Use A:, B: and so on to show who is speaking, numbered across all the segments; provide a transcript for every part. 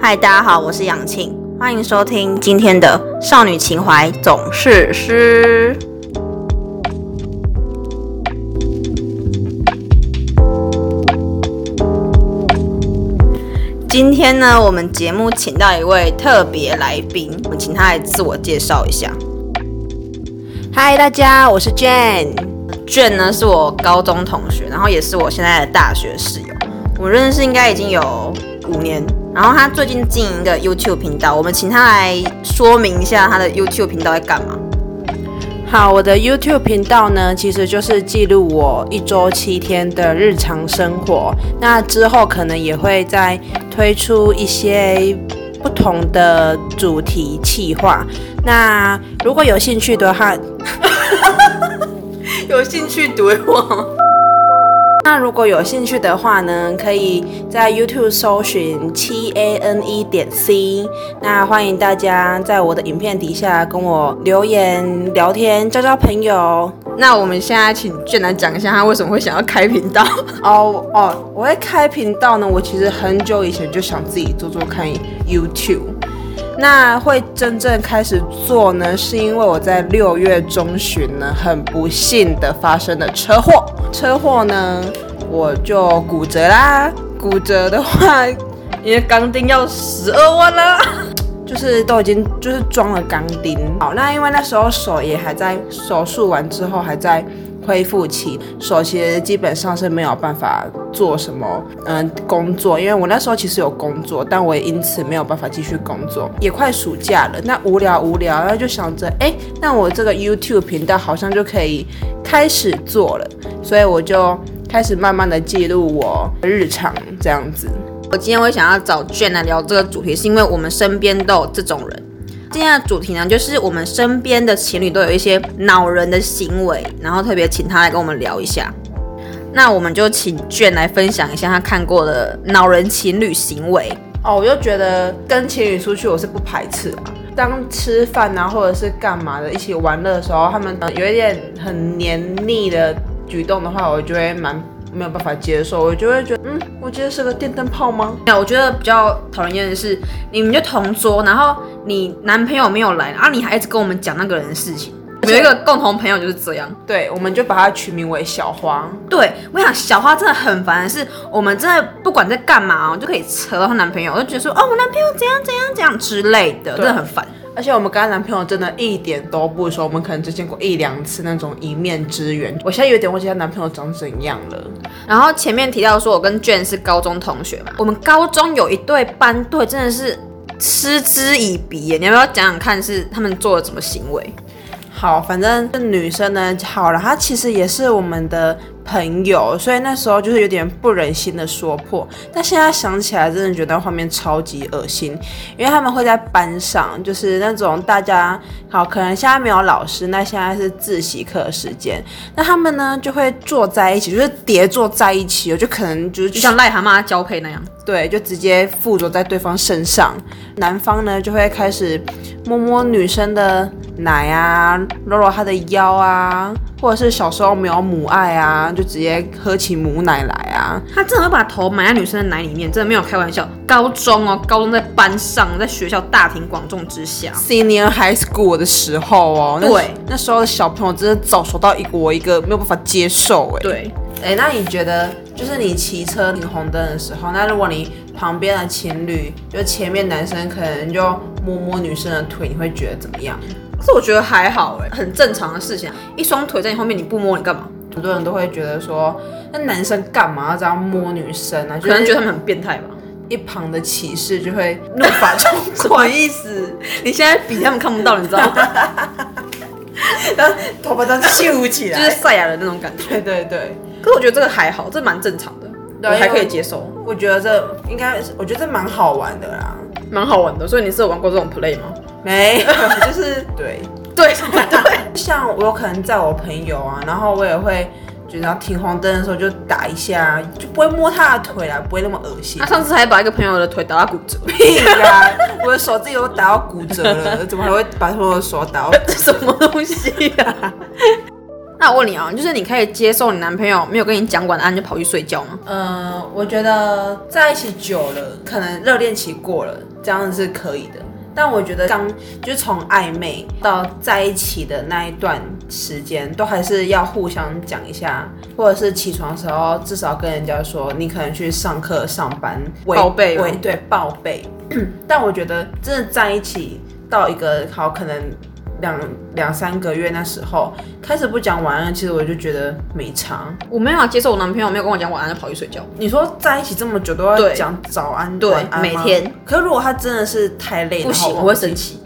A: 嗨，大家好，我是杨庆，欢迎收听今天的《少女情怀总是诗》。今天呢，我们节目请到一位特别来宾，我们请他来自我介绍一下。
B: 嗨，大家，我是 Jane。
A: 卷呢是我高中同学，然后也是我现在的大学室友。我们认识应该已经有五年，然后他最近经营一个 YouTube 频道，我们请他来说明一下他的 YouTube 频道在干嘛。
B: 好，我的 YouTube 频道呢，其实就是记录我一周七天的日常生活。那之后可能也会再推出一些不同的主题企划。那如果有兴趣的话，
A: 有兴趣怼我？
B: 那如果有兴趣的话呢，可以在 YouTube 搜寻七 A N E 点 C。那欢迎大家在我的影片底下跟我留言聊天，交交朋友。
A: 那我们现在请卷来讲一下他为什么会想要开频道。
B: 哦哦，我会开频道呢。我其实很久以前就想自己做做看 YouTube。那会真正开始做呢，是因为我在六月中旬呢，很不幸的发生了车祸。车祸呢，我就骨折啦。骨折的话，
A: 因为钢钉要十二万啦。
B: 就是都已经就是装了钢钉。好，那因为那时候手也还在手术完之后还在恢复期，手其实基本上是没有办法做什么嗯工作，因为我那时候其实有工作，但我也因此没有办法继续工作。也快暑假了，那无聊无聊，然后就想着，哎，那我这个 YouTube 频道好像就可以开始做了，所以我就开始慢慢的记录我的日常这样子。
A: 我今天会想要找卷来聊这个主题，是因为我们身边都有这种人。今天的主题呢，就是我们身边的情侣都有一些恼人的行为，然后特别请他来跟我们聊一下。那我们就请卷来分享一下他看过的恼人情侣行为。
B: 哦，我就觉得跟情侣出去我是不排斥啊。当吃饭啊，或者是干嘛的，一起玩乐的时候，他们呃有一点很黏腻的举动的话，我就会蛮没有办法接受，我就会觉得，嗯，我觉得是个电灯泡吗？
A: 那我觉得比较讨人厌的是，你们就同桌，然后你男朋友没有来，然后你还一直跟我们讲那个人的事情。我们有一个共同朋友就是这样。
B: 对，我们就把它取名为小花。
A: 对，我想小花真的很烦，是我们真的不管在干嘛、哦，就可以扯到她男朋友，我就觉得说，哦，我男朋友怎样怎样怎样之类的，真的很烦。
B: 而且我们跟她男朋友真的一点都不熟，我们可能只见过一两次那种一面之缘。我现在有点忘记她男朋友长怎样了。
A: 然后前面提到说，我跟卷是高中同学嘛，我们高中有一对班队真的是嗤之以鼻耶，你要不要讲讲看是他们做了什么行为？
B: 好，反正这女生呢，好了，她其实也是我们的朋友，所以那时候就是有点不忍心的说破。但现在想起来，真的觉得画面超级恶心，因为他们会在班上，就是那种大家好，可能现在没有老师，那现在是自习课时间，那他们呢就会坐在一起，就是叠坐在一起哦，就可能就是
A: 就像癞蛤蟆交配那样。
B: 对，就直接附着在对方身上。男方呢就会开始摸摸女生的奶啊，揉揉她的腰啊，或者是小时候没有母爱啊，就直接喝起母奶来啊。
A: 他真的会把头埋在女生的奶里面，真的没有开玩笑。高中哦，高中在班上，在学校大庭广众之下，
B: Senior high school 的时候哦，那
A: 对，
B: 那时候的小朋友真的早熟到一个我一个没有办法接受哎。
A: 对，
B: 哎、那你觉得，就是你骑车停红灯的时候，那如果你旁边的情侣，就前面男生可能就摸摸女生的腿，你会觉得怎么样？
A: 可是我觉得还好哎，很正常的事情啊。一双腿在你后面，你不摸你干嘛？
B: 很多人都会觉得说，那男生干嘛要这样摸女生呢、啊？
A: 可能觉得
B: 就是
A: 他们很变态吧？
B: 一旁的歧视就会怒发冲
A: 什么意思？啊你现在比他们看不到，你知道 吗？
B: 冠， 头发都秀起
A: 就是赛亚人那种感觉。
B: 对对对，
A: 可是我觉得这个还好，这蛮正常的，
B: 对
A: 我还
B: 因为
A: 可以接受，
B: 我觉得这应该是，我觉得这蛮好玩的啦。
A: 蛮好玩的。所以你是有玩过这种 play 吗？
B: 没有， 就是对，
A: 对对，
B: 像我有可能在我朋友啊，然后我也会。觉得停红灯的时候就打一下，就不会摸他的腿啦，啊不会那么恶心
A: 他啊。上次还把一个朋友的腿打到骨 折，
B: 屁啦！我的手自己都打到骨折了，怎么还会把我的手打到
A: 什么东西呀、啊那我问你啊，就是你可以接受你男朋友没有跟你讲晚安就跑去睡觉吗？
B: 嗯，我觉得在一起久了，可能热恋期过了，这样是可以的。但我觉得刚就是从暧昧到在一起的那一段时间，都还是要互相讲一下，或者是起床的时候至少跟人家说，你可能去上课、上班，违
A: 报备吗
B: 违对报备。但我觉得真的在一起到一个好可能两两三个月那时候开始不讲晚安，其实我就觉得没差。
A: 我没办法接受我男朋友没有跟我讲晚安就跑去睡觉。
B: 你说在一起这么久都要
A: 对
B: 讲早安，
A: 对
B: 晚安吗
A: 每天。
B: 可如果他真的是太累，
A: 不行，
B: 然
A: 我
B: 后
A: 会生气。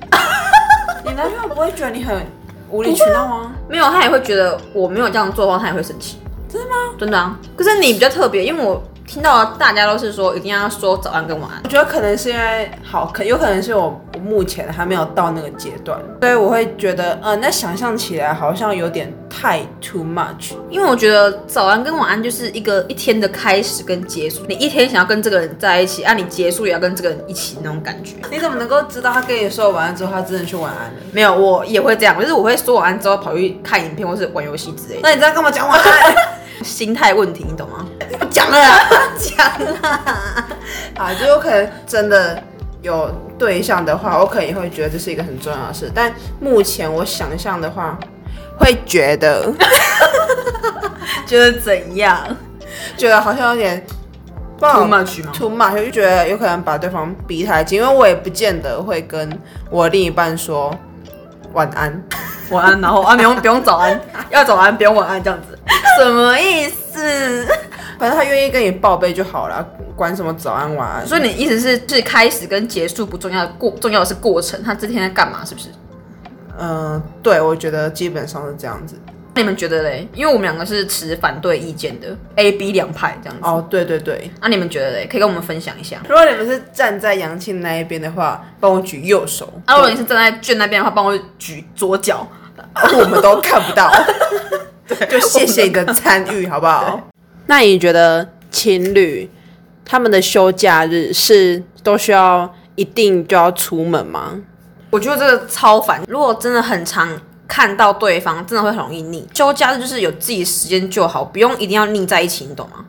B: 你男朋友不会觉得你很无理取闹啊吗？
A: 没有，他也会觉啊得我没有这样做的话，他也会生气。
B: 真的
A: 吗？真的啊。可是你比较特别，因为我听到大家都是说一定要说早安跟晚安。
B: 我觉得可能是因为好，可有可能是我我目前还没有到那个阶段，所以我会觉得，呃，那想象起来好像有点太 too much。
A: 因为我觉得早安跟晚安就是一个一天的开始跟结束，你一天想要跟这个人在一起，啊，你结束也要跟这个人一起那种感觉。
B: 你怎么能够知道他跟你说晚安之后，他真的去晚安了？
A: 没有，我也会这样，就是我会说晚安之后跑去看影片或是玩游戏之类的，
B: 那你在干嘛讲晚安？
A: 心态问题，你懂吗？不讲了啦， 不讲了。
B: 啊，就有可能真的有对象的话，我可能也会觉得这是一个很重要的事。但目前我想象的话，会觉得
A: 觉得怎样
B: 觉得好像有点不 好
A: ？Too much 吗？
B: too much，就觉得有可能把对方逼太紧，因为我也不见得会跟我另一半说晚安。
A: 晚安，然后啊，不用不用早安，要早安不用晚安这样子，什么意思？
B: 反正他愿意跟你报备就好了，管什么早安晚安。
A: 所以你意思是，是开始跟结束不重要，过重要的是过程，他这天在干嘛，是不是？
B: 嗯、对，我觉得基本上是这样子。
A: 你们觉得嘞？因为我们两个是持反对意见的，A、B 两派这样子。
B: 哦，对对对，
A: 那、你们觉得嘞？可以跟我们分享一下。
B: 如果你们是站在杨庆那一边的话，帮我举右手。
A: 啊，如果你是站在卷那边的话，帮我举左脚。
B: 我们都看不 到。就谢谢你的参与，好不好？那你觉得情侣他们的休假日是都需要一定就要出门吗？
A: 我觉得这个超烦。如果真的很常看到对方，真的会很容易腻。休假日就是有自己时间就好，不用一定要腻在一起，你懂吗？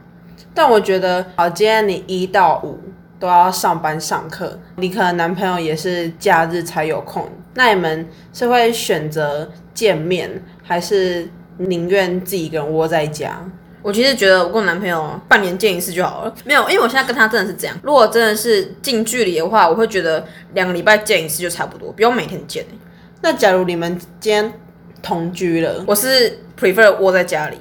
B: 但我觉得，好，今天你一到五都要上班上课，你可能男朋友也是假日才有空，那你们是会选择见面，还是宁愿自己一个人窝在家？
A: 我其实觉得我跟我男朋友半年见一次就好了，没有，因为我现在跟他真的是这样。如果真的是近距离的话，我会觉得两个礼拜见一次就差不多，不用每天见、
B: 那假如你们今天同居了，
A: 我是 prefer 窝在家里，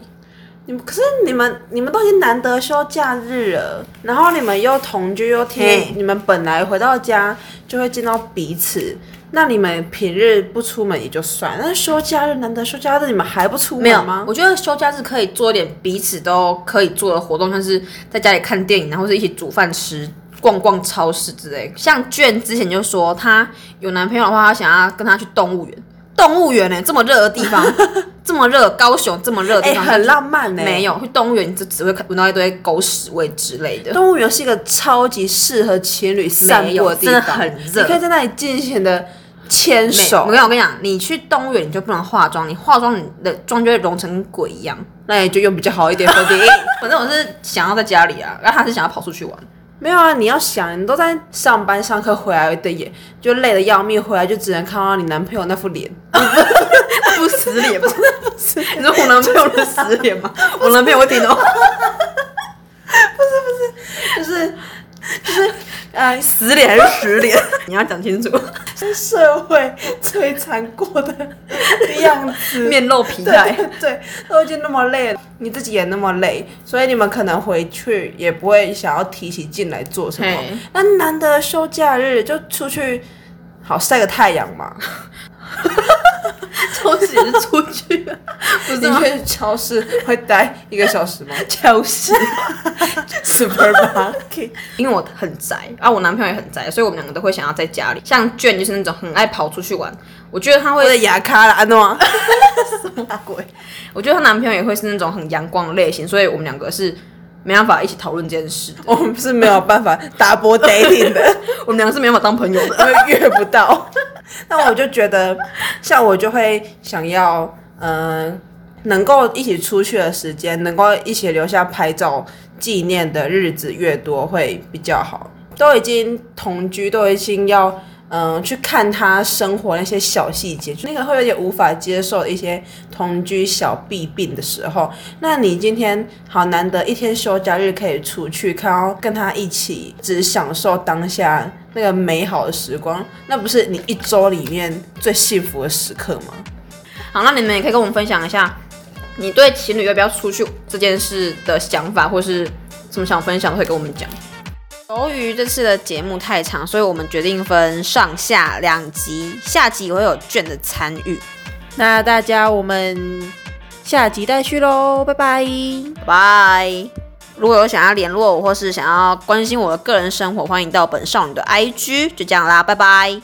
B: 你们可是你们你们都已经难得休假日了，然后你们又同居又
A: 嘿
B: 天，你们本来回到家就会见到彼此，那你们平日不出门也就算，那休假日难得休假日你们还不出
A: 没有
B: 门吗？
A: 我觉得休假日可以做一点彼此都可以做的活动，像是在家里看电影，然后是一起煮饭吃。逛逛超市之类，像卷之前就说她有男朋友的话，她想要跟他去动物园。动物园呢、这么热的地 方，这么热，高雄这么热的
B: 哎、
A: 地方，
B: 很浪漫呢、
A: 没，有，去动物园你就只会看闻到一堆狗屎味之类的。
B: 动物园是一个超级适合情侣散
A: 没
B: 步
A: 有
B: 的地方，
A: 真的很热
B: 你可以在那里尽情的牵
A: 没
B: 手
A: 我跟。你我跟你讲，你去动物园你就不能化妆，你化妆你的妆就会融成鬼一样。
B: 那也就用比较好一点粉底液。
A: 反正我是想要在家里啊，然后他是想要跑出去玩。
B: 没有啊，你要想，你都在上班上课回来的也就累得要命，回来就只能看到你男朋友那副脸。
A: 不死脸吗？你说我男朋友的死脸吗？ 我男朋友会听哦。
B: 就是
A: 哎，死脸还是实脸？ 你要讲清楚，
B: 是社会摧残过的样子。
A: 面露疲
B: 对
A: 态。
B: 对对，都已经那么累了，你自己也那么累，所以你们可能回去也不会想要提起劲来做什么
A: 嘿。
B: 那难得休假日就出去，好晒个太阳嘛。
A: 抽血是出去 啊，不
B: 你去超市会待一个小时吗
A: 抽血。
B: ？Supermarket。
A: 因为我很宅啊，我男朋友也很宅，所以我们两个都会想要在家里。像卷就是那种很爱跑出去玩，我觉得他
B: 我的
A: 会，
B: 牙卡了，安诺啊。 什么鬼？
A: 我觉得她男朋友也会是那种很阳光的类型，所以我们两个是没办法一起讨论这件事的，
B: 我们是没有办法 double dating 的，
A: 我们两个是没办法当朋友的。
B: 因为约不 到。那我就觉得，像我就会想要，嗯、能够一起出去的时间，能够一起留下拍照纪念的日子越多会比较好。都已经同居，都已经要嗯、呃去看他生活那些小细节，就那个会有点无法接受的一些同居小弊病的时候，那你今天好难得一天休假日可以出去，看到跟他一起，只享受当下那个美好的时光，那不是你一周里面最幸福的时刻吗？
A: 好，那你们也可以跟我们分享一下，你对情侣要不要出去这件事的想法，或是什么想分享，都可以跟我们讲。由于这次的节目太长，所以我们决定分上下两集，下集会有卷的参与。
C: 那大家我们下集再续喽，拜拜。
A: 拜。如果有想要联络我，或是想要关心我的个人生活，欢迎到本少女的 IG。就这样啦，拜拜。